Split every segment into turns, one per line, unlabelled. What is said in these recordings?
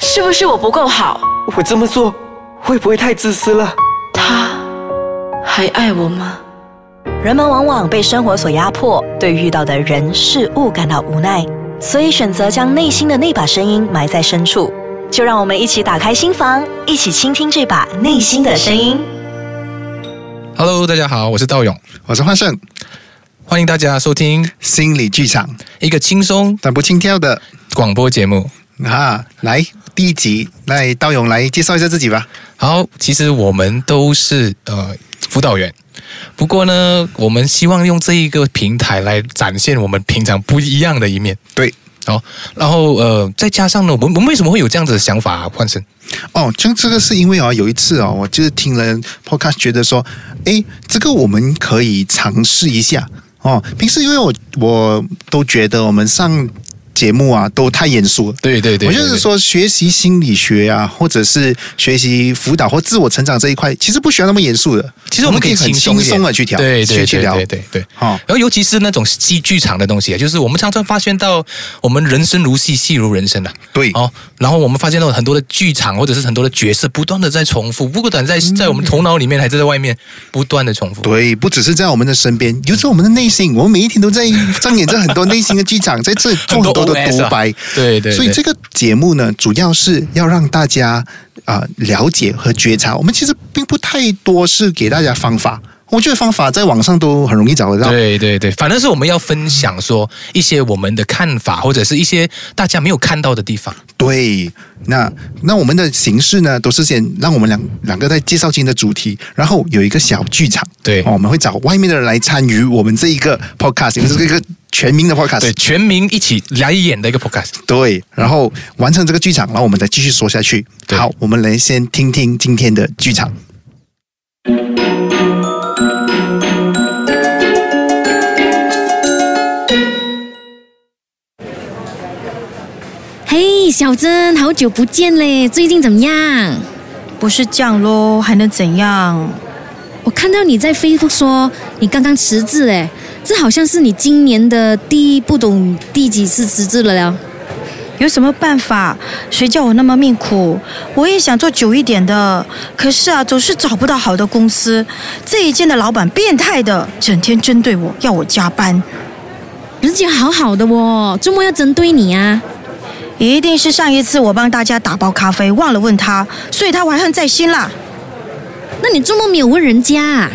是不是我不够好？
我这么做会不会太自私了？
他还爱我吗？
人们往往被生活所压迫，对遇到的人事物感到无奈，所以选择将内心的那把声音埋在深处。就让我们一起打开心房，一起倾听这把内心的声音。
Hello，大家好，我是道勇，
我是焕胜，
欢迎大家收听
心理剧场，
一个轻松
但不轻佻的
广播节目。
啊，来第一集，来道勇来介绍一下自己吧。
好，其实我们都是呃辅导员，不过呢，我们希望用这一个平台来展现我们平常不一样的一面。
对，
好、然后呃，再加上呢，我们我们为什么会有这样子的想法、啊？焕生，
哦，像这个是因为啊、有一次哦，我就是听了 podcast，觉得说，诶，这个我们可以尝试一下哦。平时因为我我都觉得我们上节目啊都太严肃了。
对对
我就是，说，学习心理学啊，或者是学习辅导或自我成长这一块，其实不需要那么严肃的。
其实我们可以
很
轻松
轻
一点
松的去调，
对对
去去
对
聊
对。对对。
哦，
然后尤其是那种戏剧场的东西啊，就是我们常常发现到我们人生如戏，戏如人生啊。
对，
哦，然后我们发现到很多的剧场或者是很多的角色不断的在重复，不管在在我们头脑里面还是在外面不断的重复。
对，不只是在我们的身边，有时候我们的内心，我们每一天都在 上演着很多内心的剧场，在这里做很多的
OS
独
啊
白。
对对对，
所以这个节目呢，主要是要让大家啊、了解和觉察。我们其实并不太多是给大家方法，我觉得方法在网上都很容易找得到。
对对对，反正是我们要分享说一些我们的看法，或者是一些大家没有看到的地方。
对，那那我们的形式呢，都是先让我们两两个在介绍今天的主题，然后有一个小剧场，
对
哦我们会找外面的人来参与我们这一个 podcast，因为这是一个全民的 podcast，
对，全民一起来演的一个 podcast。
对然后完成这个剧场，然后我们再继续说下去。
对
好，我们来先听听今天的剧场。
嘿，小珍，好久不见嘞！最近怎么样？
不是这样咯，还能怎样？
我看到你在 Facebook 说你刚刚辞职嘞，这好像是你今年的第不懂第几次辞职了了。
有什么办法？谁叫我那么命苦？我也想做久一点的，可是啊，总是找不到好的公司。这一间的老板变态的，整天针对我，要我加班，
人家好好的哦，周末要针对你啊？
一定是上一次我帮大家打包咖啡忘了问他，所以他怀恨在心啦。
那你周末没有问人家、啊？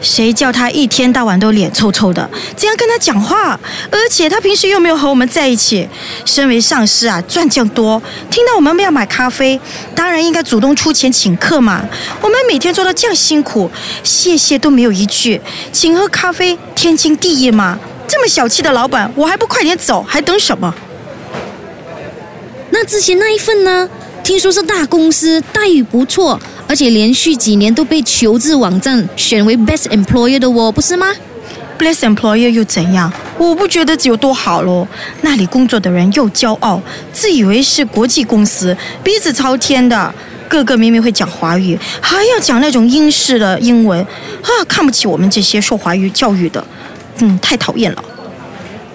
谁叫他一天到晚都脸臭臭的？怎样跟他讲话？而且他平时又没有和我们在一起。身为上司啊，赚这样多，听到我们要买咖啡，当然应该主动出钱请客嘛。我们每天做到这样辛苦，谢谢都没有一句，请喝咖啡天经地义嘛。这么小气的老板，我还不快点走，还等什么？
那之前那一份呢？听说是大公司，待遇不错，而且连续几年都被求职网站选为 Best Employer 的哦，不是吗？
Bless employer 又怎样？我不觉得有多好咯。那里工作的人又骄傲，自以为是国际公司，鼻子朝天的。个个明明会讲华语，还要讲那种英式的英文，啊，看不起我们这些受华语教育的，嗯，太讨厌了。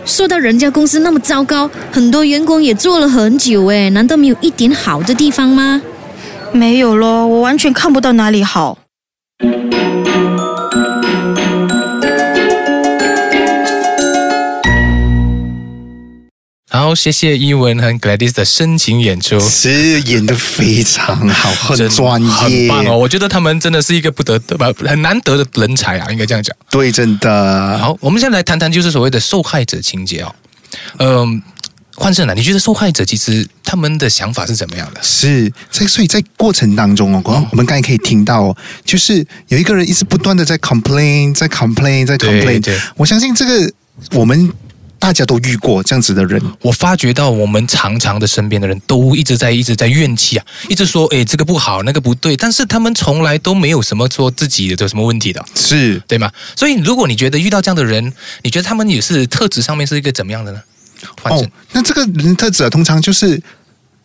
说到人家公司那么糟糕，很多员工也做了很久哎，难道没有一点好的地方吗？
没有咯，我完全看不到哪里好。
然后谢谢伊文和 Gladys 的深情演出。
是演的非常好，很
哦真
专业，
很棒哦！我觉得他们真的是一个不得不很难得的人才啊，应该这样讲。
对，真的。
好，我们现在来谈谈就是所谓的受害者情节哦。嗯，换胜啊，你觉得受害者其实他们的想法是怎么样的？
是，在所以在过程当中哦，
嗯
我我们刚才可以听到哦，就是有一个人一直不断的在 complain，在 complain，在
对
complain
对。
我相信这个我们大家都遇过这样子的人，
我发觉到我们常常的身边的人都一直在一直在怨气啊，一直说诶这个不好那个不对，但是他们从来都没有什么说自己有什么问题的，
是
对吗？所以如果你觉得遇到这样的人，你觉得他们也是特质上面是一个怎么样的呢？换
哦
成。
那这个人特质啊，通常就是。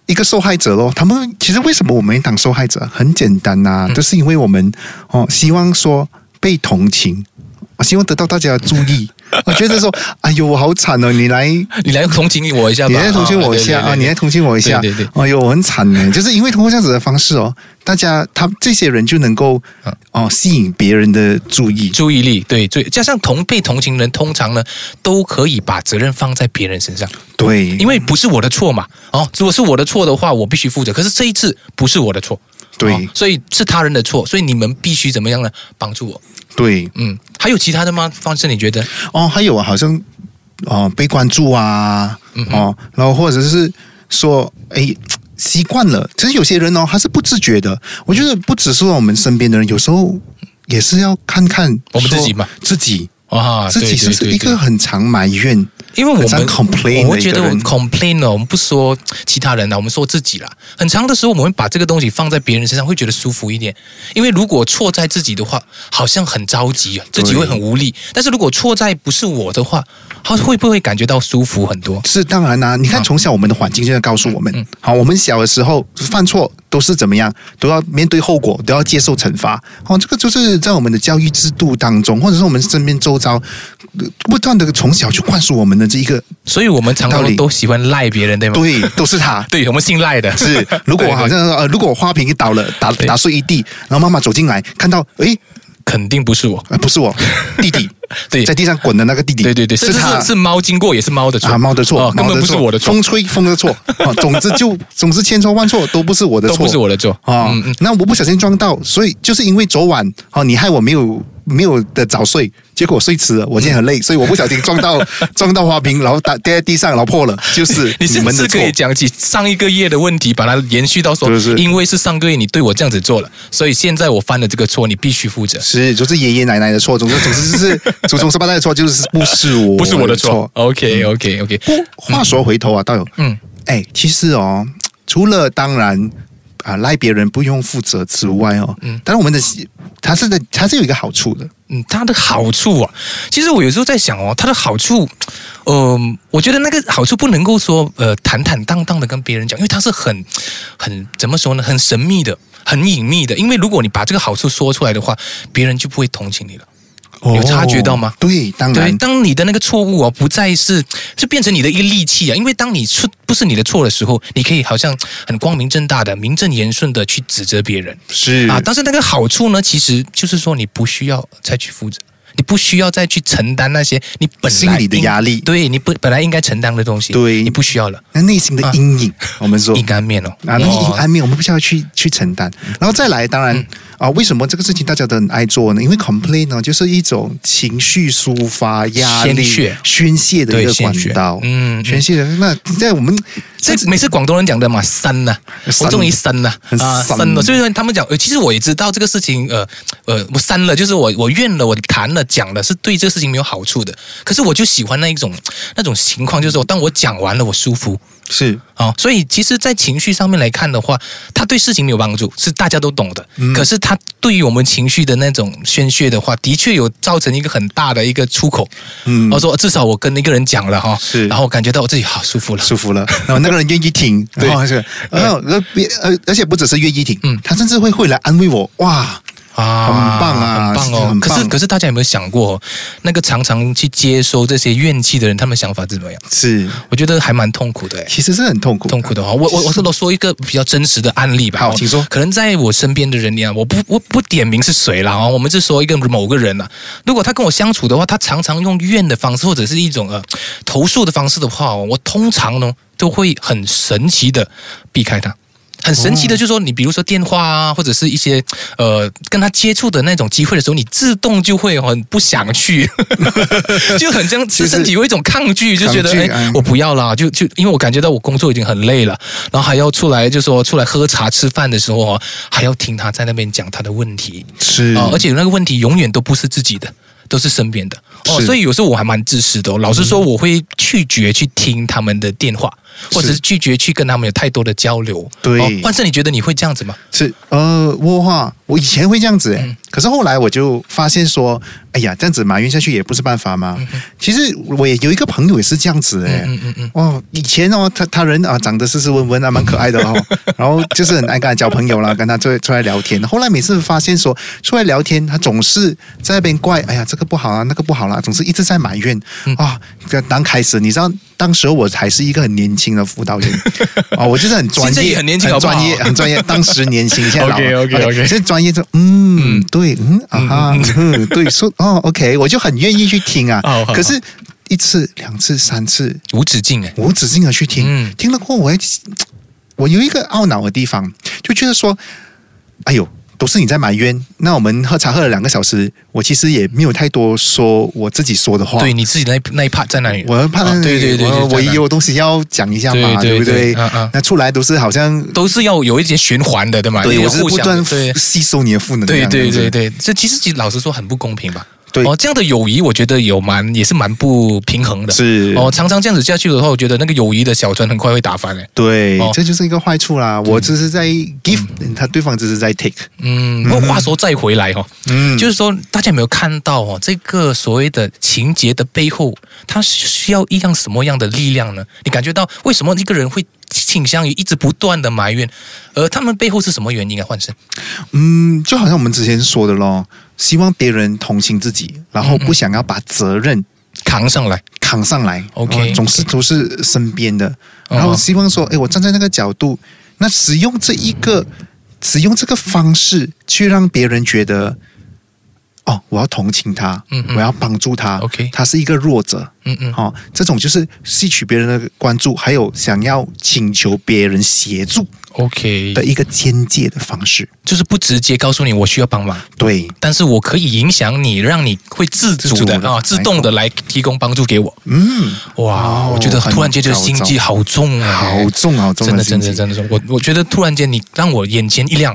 一个受害者咯，他们其实为什么我们会当受害者？很简单啊呐、
嗯
就是因为我们哦，希望说被同情，希望得到大家的注意，我觉得说，哎呦，我好惨哦，你来
你来同情我一下吧，
你来同情我一
哦对对对
下啊！你来同情我一下，
对对对
哎呦，我很惨呢，就是因为通过这样子的方式哦，大家他这些人就能够
嗯
哦吸引别人的注意，
注意力，对，最加上同被同情人，通常呢都可以把责任放在别人身上，
对，
因为不是我的错嘛。哦，如果是我的错的话，我必须负责。可是这一次不是我的错，
对、
哦所以是他人的错，所以你们必须怎么样呢？帮助我。
对
嗯，还有其他的吗？方式你觉得？
哦，还有啊，好像哦被关注啊，
嗯哼
哦，然后或者是说哎。习惯了，其实有些人哦，他是不自觉的。我觉得不只是我们身边的人，有时候也是要看看
我们自己
说
嘛，
自己
啊，
自己是
对
不是一，
对对
个
对
很常埋怨？
因为我
很常
们
complain
我会
的一
觉
个
得我
人
complain 哦了，我们不说其他人了，我们说自己啦。很长的时候，我们会把这个东西放在别人身上，会觉得舒服一点。因为如果错在自己的话，好像很着急，哦自己会很无力。但是如果错在不是我的话，他会不会感觉到舒服很多？
是当然啦、你看从小我们的环境就在告诉我们，
嗯
好，我们小的时候犯错都是怎么样，都要面对后果，都要接受惩罚。哦，这个就是在我们的教育制度当中，或者是我们身边周遭呃不断的从小就灌输我们的这一个，
所以我们常
道理
常都喜欢赖别人，对吗？
对，都 是他。
对，我们姓赖的。
是，如果
对对
好像呃，如果花瓶一倒了，打
对
打碎一地，然后妈妈走进来，看到，诶，
肯定不是我。
呃不是我，弟弟
对
在地上滚的那个弟弟，
对对对，
是
甚至
他，
是是猫经过也是猫的错
啊，猫的错，
哦根
猫
本
的
不是
错
我的错
风，吹风 的错，啊，总之就总之千错万错都不是我的
都
错，
不是我的错。
啊、
嗯嗯，
那我不小心撞到，所以就是因为昨晚哦，你害我没有没有的早睡，结果我睡迟了，我今天很累，所以我不小心 撞到撞到花瓶，然后打跌在地上，然后破了，就是
你是不
们的
是
错
可。以讲起上一个月的问题，把它延续到说，
就是
因为是上个月你对我这样子做了，所以现在我犯了这个错，你必须负责，
是，就是爷爷奶奶的错，总之总之就是祖宗十八代的错，就是不是 我，
不是我的错。。OK OK OK，
不，话说回头啊，道友，
嗯，
哎，其实哦，除了当然啊赖别人不用负责之外哦，嗯
嗯，
但是我们的它是的，它是有一个好处的，
嗯，它的好处啊，其实我有时候在想哦，它的好处，呃，我觉得那个好处不能够说呃坦坦荡荡的跟别人讲，因为它是很很怎么说呢，很神秘的，很隐秘的。因为如果你把这个好处说出来的话，别人就不会同情你了。有察觉到吗
哦对，当
对
然，，
当你的那个错误哦，不再是就变成你的一个利器啊，因为当你出不是你的错的时候，你可以好像很光明正大的、名正言顺的去指责别人
是
啊。但是那个好处呢，其实就是说你不需要再去负责。你不需要再去承担那些你本来
心理的
应
压力
对你不本来应该承担的东西，
对
你不需要了，
那内心的阴影，我们说
应该面哦，
啊，那个阴
啊哦嗯
暗面我们不需要去去承担。然后再来，当然啊，为什么这个事情大家都很爱做呢？因为 complain 呢，就是一种情绪抒发、压力、
宣泄
宣泄的一个
对宣
管
泄
道。
嗯嗯
宣泄的那在我们
这每次广东人讲的嘛，三呐、
三
我终于三了
很
啊，
三
三了。所以说他们讲，呃，其实我也知道这个事情，呃呃，我三了，就是我我怨了，我谈了，讲了，是对这个事情没有好处的。可是我就喜欢那一种那种情况，就是说，当我讲完了，我舒服
是
啊、所以其实，在情绪上面来看的话，它对事情没有帮助，是大家都懂的。
嗯
可是它对于我们情绪的那种宣泄的话，的确有造成一个很大的一个出口。哦
嗯
我说呃至少我跟一个人讲了哈、
是
然后我感觉到我自己好舒服了。
舒服了，哎然 后那个人愿意 听，
对
然后是，然后而别而而且不只是愿意听，
嗯
他甚至会会来安慰我，哇，
啊，
很棒啊
很棒
是
哦！
很棒
可是可是大家有没有想过哦，那个常常去接收这些怨气的人，他们想法是怎么样？
是，
我觉得还蛮痛苦的诶。欸
其实是很痛苦，
痛苦的哦，我我我我说一个比较真实的案例吧。
好
哦
请说
可能在我身边的人呀，我不我不点名是谁啦，哦，我们是说一个某个人啊。如果他跟我相处的话，他常常用怨的方式或者是一种呃投诉的方式的话哦，我通常呢都会很神奇的避开他。很神奇的，
哦
就是说，你比如说电话啊，或者是一些呃跟他接触的那种机会的时候，你自动就会很不想去， 就很像
就是
身体有一种抗拒，就觉得
抗拒
哎、
嗯
我不要啦，就就因为我感觉到我工作已经很累了，然后还要出来就说出来喝茶吃饭的时候哦，还要听他在那边讲他的问题
是
啊、而且那个问题永远都不是自己的。都是身边的哦，
是
所以有时候我还蛮自私的、哦。老实说，我会拒绝去听他们的电话，或者是拒绝去跟他们有太多的交流。
对
哦，万圣，你觉得你会这样子吗？
是呃，我话我以前会这样子、欸
嗯
可是后来我就发现说，哎呀，这样子埋怨下去也不是办法嘛。其实我也有一个朋友也是这样子、欸，哎、
嗯嗯嗯嗯，
哦，以前哦，他他人啊长得斯斯文文啊，蛮可 爱的哦，然后就是很爱跟他交朋友啦，跟他出来出来聊天。后来每次发现说出来聊天，他总是在那边怪，哎呀，这个不好啊，那个不好啦、啦，总是一直在埋怨
嗯
啊。这刚开始，你知道，当时我还是一个很年轻的辅导员 啊，我就是很专
现在
业，
也很年轻好不好
专业，很专业。当时年轻，现在老了
OK，OK，OK
现在专业就嗯，对，嗯啊哈，嗯，对，说哦，OK，我就很愿意去听啊
哦好好。
可是，一次、两次、三次，
无止境哎，
无止境的去听，
嗯
听了过后我还，我有一个懊恼的地方，就觉得说，哎呦，都是你在埋怨。那我们喝茶喝了两个小时，我其实也没有太多说我自己说的话。
对，你自己那一那一 part 在哪里？
我怕、
啊对对对，
我
对
我
在哪
也
里
有东西要讲一下嘛，
对对
不
对嗯嗯
那出来都是好像，
都是要有一些循环的，对吗？
对
要
我是
互
不
相
断
对
吸收你的负能
对
量。
对
这样
对对，
子
这其实其实老实说很不公平吧。
对
哦，这样的友谊，我觉得有蛮也是蛮不平衡的。
是
哦，常常这样子下去的话，我觉得那个友谊的小船很快会打翻诶。
对
哦
这就是一个坏处啦。我只是在 give，他嗯对方只是在 take。
嗯，不过话说再回来哦，
嗯
就是说大家有没有看到哦，这个所谓的情节的背后，它是需要一样什么样的力量呢？你感觉到为什么一个人会倾向于一直不断的埋怨，而他们背后是什么原因啊？换成
嗯，就好像我们之前说的咯，希望别人同情自己，
嗯
然后不想要把责任
扛上来，
扛上来。
OK，
哦总是都是身边的，
哦
然后希望说，哎，我站在那个角度，那使用这一个，使用这个方式去让别人觉得，哦，我要同情他，
嗯嗯
我要帮助他
OK
他是一个弱者。
嗯嗯，
哦，这种就是吸取别人的关注，还有想要请求别人协助
OK，
的，一个间接的方式。
就是不直接告诉你我需要帮忙，
对，
但是我可以影响你，让你会自主
自主
的
的
啊、自动的来提供帮助给我。
嗯，
哇，
哦
我觉得突然间这个心机好重啊，
好重好重
真的
的
真
心
的
机
真的重。我我觉得突然间你让我眼前一亮，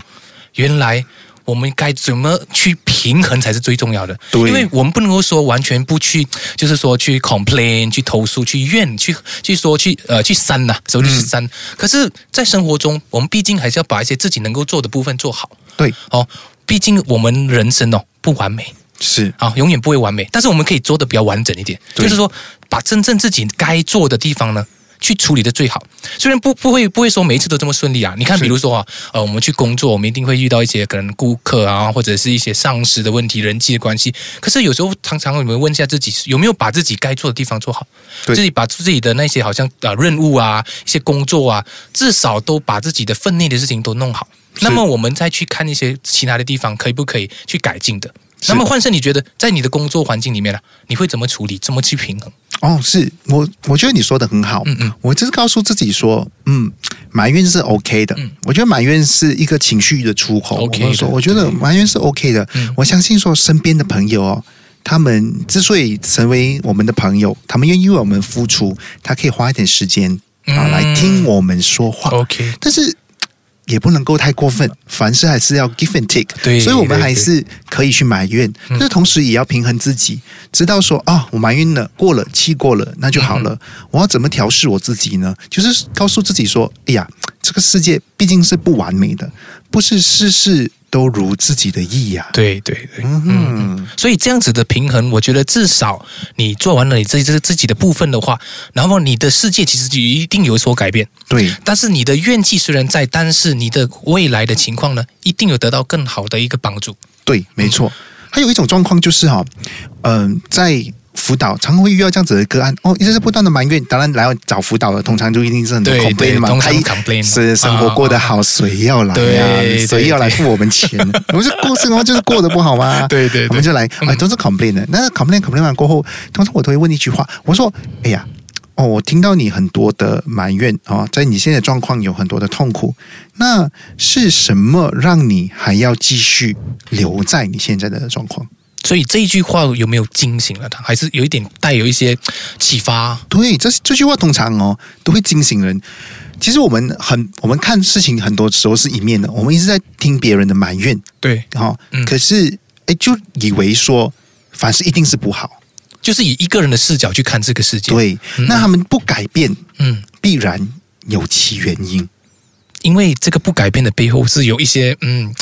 原来。我们该怎么去平衡才是最重要的？
对
因为我们不能够说完全不去，就是说去 complain、去投诉、去怨、去去说去呃去删呐、手机去
嗯
删。可是，在生活中，我们毕竟还是要把一些自己能够做的部分做好。
对，
哦，毕竟我们人生哦不完美
是
啊，永远不会完美，但是我们可以做的比较完整一点，
对
就是说把真正自己该做的地方呢。去处理的最好，虽然不不会不会说每一次都这么顺利啊。你看，比如说啊，呃，我们去工作，我们一定会遇到一些可能顾客啊，或者是一些上司的问题、人际的关系。可是有时候常常我们问一下自己，有没有把自己该做的地方做好，
对
自己把自己的那些好像啊、呃任务啊、一些工作啊，至少都把自己的分内的事情都弄好。那么我们再去看一些其他的地方，可以不可以去改进的？那么换成你觉得在你的工作环境里面呢、啊你会怎么处理？怎么去平衡？
哦，是我我觉得你说的很好，
嗯嗯，
我就是告诉自己说，嗯，埋怨是 OK 的，我觉得埋怨是一个情绪的出口
嗯 OK
我们说
的嗯
我觉得埋怨是 OK 的，我相信说身边的朋友哦。他们之所以成为我们的朋友，他们愿意为我们付出，他可以花一点时间啊
嗯
来听我们说话。
OK
但是也不能够太过分，凡事还是要 give and take。
嗯对
所以我们
对嗯
还是可以去埋怨，但是同时也要平衡自己，知道说啊、我埋怨了，过了，气过了，那就好了。
嗯
我要怎么调试我自己呢？就是告诉自己说，哎呀，这个世界毕竟是不完美的，不是事事都如自己的意呀、
对对对，
嗯哼，
所以这样子的平衡，我觉得至少你做完了你自己自己的部分的话，然后你的世界其实就一定有所改变。
对，
但是你的怨气虽然在，但是你的未来的情况呢，一定有得到更好的一个帮助。
对，没错。
嗯
还有一种状况就是哈、嗯、在辅导常会遇到这样子的个案哦，一直是不断的埋怨。当然来找辅导的，通常就一定是很多
对
complain
对
的嘛，
通常
他一
complain
是生活过得好，谁要来呀、
啊对
谁要来
对
付我们钱？ 我们是过生活就是过得不好 嘛，
对对对
我们就来啊，都是 complain 的。那 complain complain 完过后，通常我都会问一句话，我说，哎呀。哦，我听到你很多的埋怨哦，在你现在的状况有很多的痛苦，那是什么让你还要继续留在你现在的状况？
所以这一句话有没有惊醒了他？还是有一点带有一些启发？
对，这这句话通常哦都会惊醒人。其实我们很，我们看事情很多时候是一面的，我们一直在听别人的埋怨，
对，
哈、哦，
嗯
可是哎就以为说凡事一定是不好，
就是以一个人的视角去看这个世界。，
对，那他们不改变，
嗯，
必然有其原因，
因为这个不改变的背后是有一些嗯，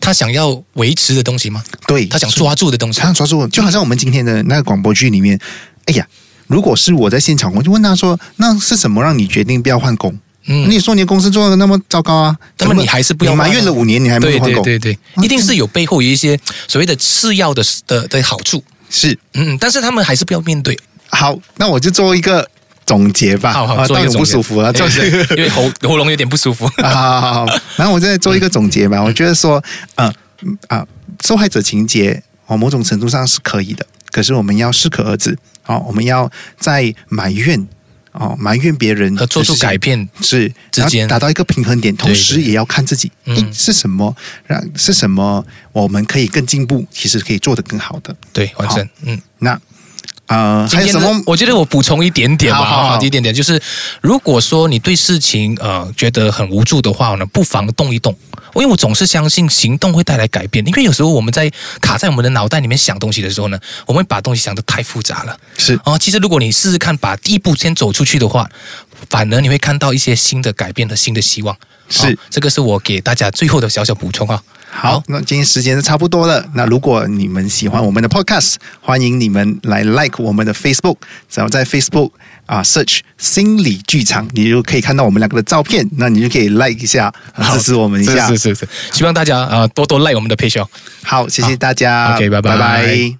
他想要维持的东西吗？
对，
他想抓住的东西
常。常抓住我，就好像我们今天的那个广播剧里面，哎呀，如果是我在现场，我就问他说，那是什么让你决定不要换工？
嗯
你说你的公司做的那么糟糕啊，
那么你还是不要
你
换啊
埋怨了五年，你还没
对
有换
对
工？
对对，
啊
呃一定是有背后有一些所谓的次要的的的好处。
是
嗯，但是他们还是不要面对，
好，那我就做一个总结吧。
好好
啊
做
当
一
然
个总
我不
结
舒服了，
对
就
对
是
对因为喉喉咙有点不舒服。
啊，好好好，然后我再做一个总结吧。我觉得说，呃嗯啊，受害者情节哦，某种程度上是可以的，可是我们要适可而止哦，我们要在埋怨哦埋怨别人
和 做出
的事情
改变
是
之间
然后达到一个平衡点，同
对
时
对
也要看自己，
嗯
诶是什么让是什么我们可以更进步，其实可以做得更好的。
对，完成，嗯。
那呃，还有
今
什
天
么
的？我觉得我补充一点点吧，
好好好
一点点就是，如果说你对事情呃觉得很无助的话呢，不妨动一动，因为我总是相信行动会带来改变。因为有时候我们在卡在我们的脑袋里面想东西的时候呢，我们会把东西想得太复杂了。
是
哦，其实如果你试试看，把第一步先走出去的话，反而你会看到一些新的改变和新的希望。
是
哦这个是我给大家最后的小小补充啊。
好，那今天时间是差不多了。那如果你们喜欢我们的 podcast，欢迎你们来 like 我们的 Facebook，只要在 Facebook 啊 search 心理剧场，你就可以看到我们两个的照片，那你就可以 like 一下，
好
支持我们一下。
是是是是，希望大家啊、呃多多 like 我们的 page 哦。
好，谢谢大家
OK，拜拜
拜拜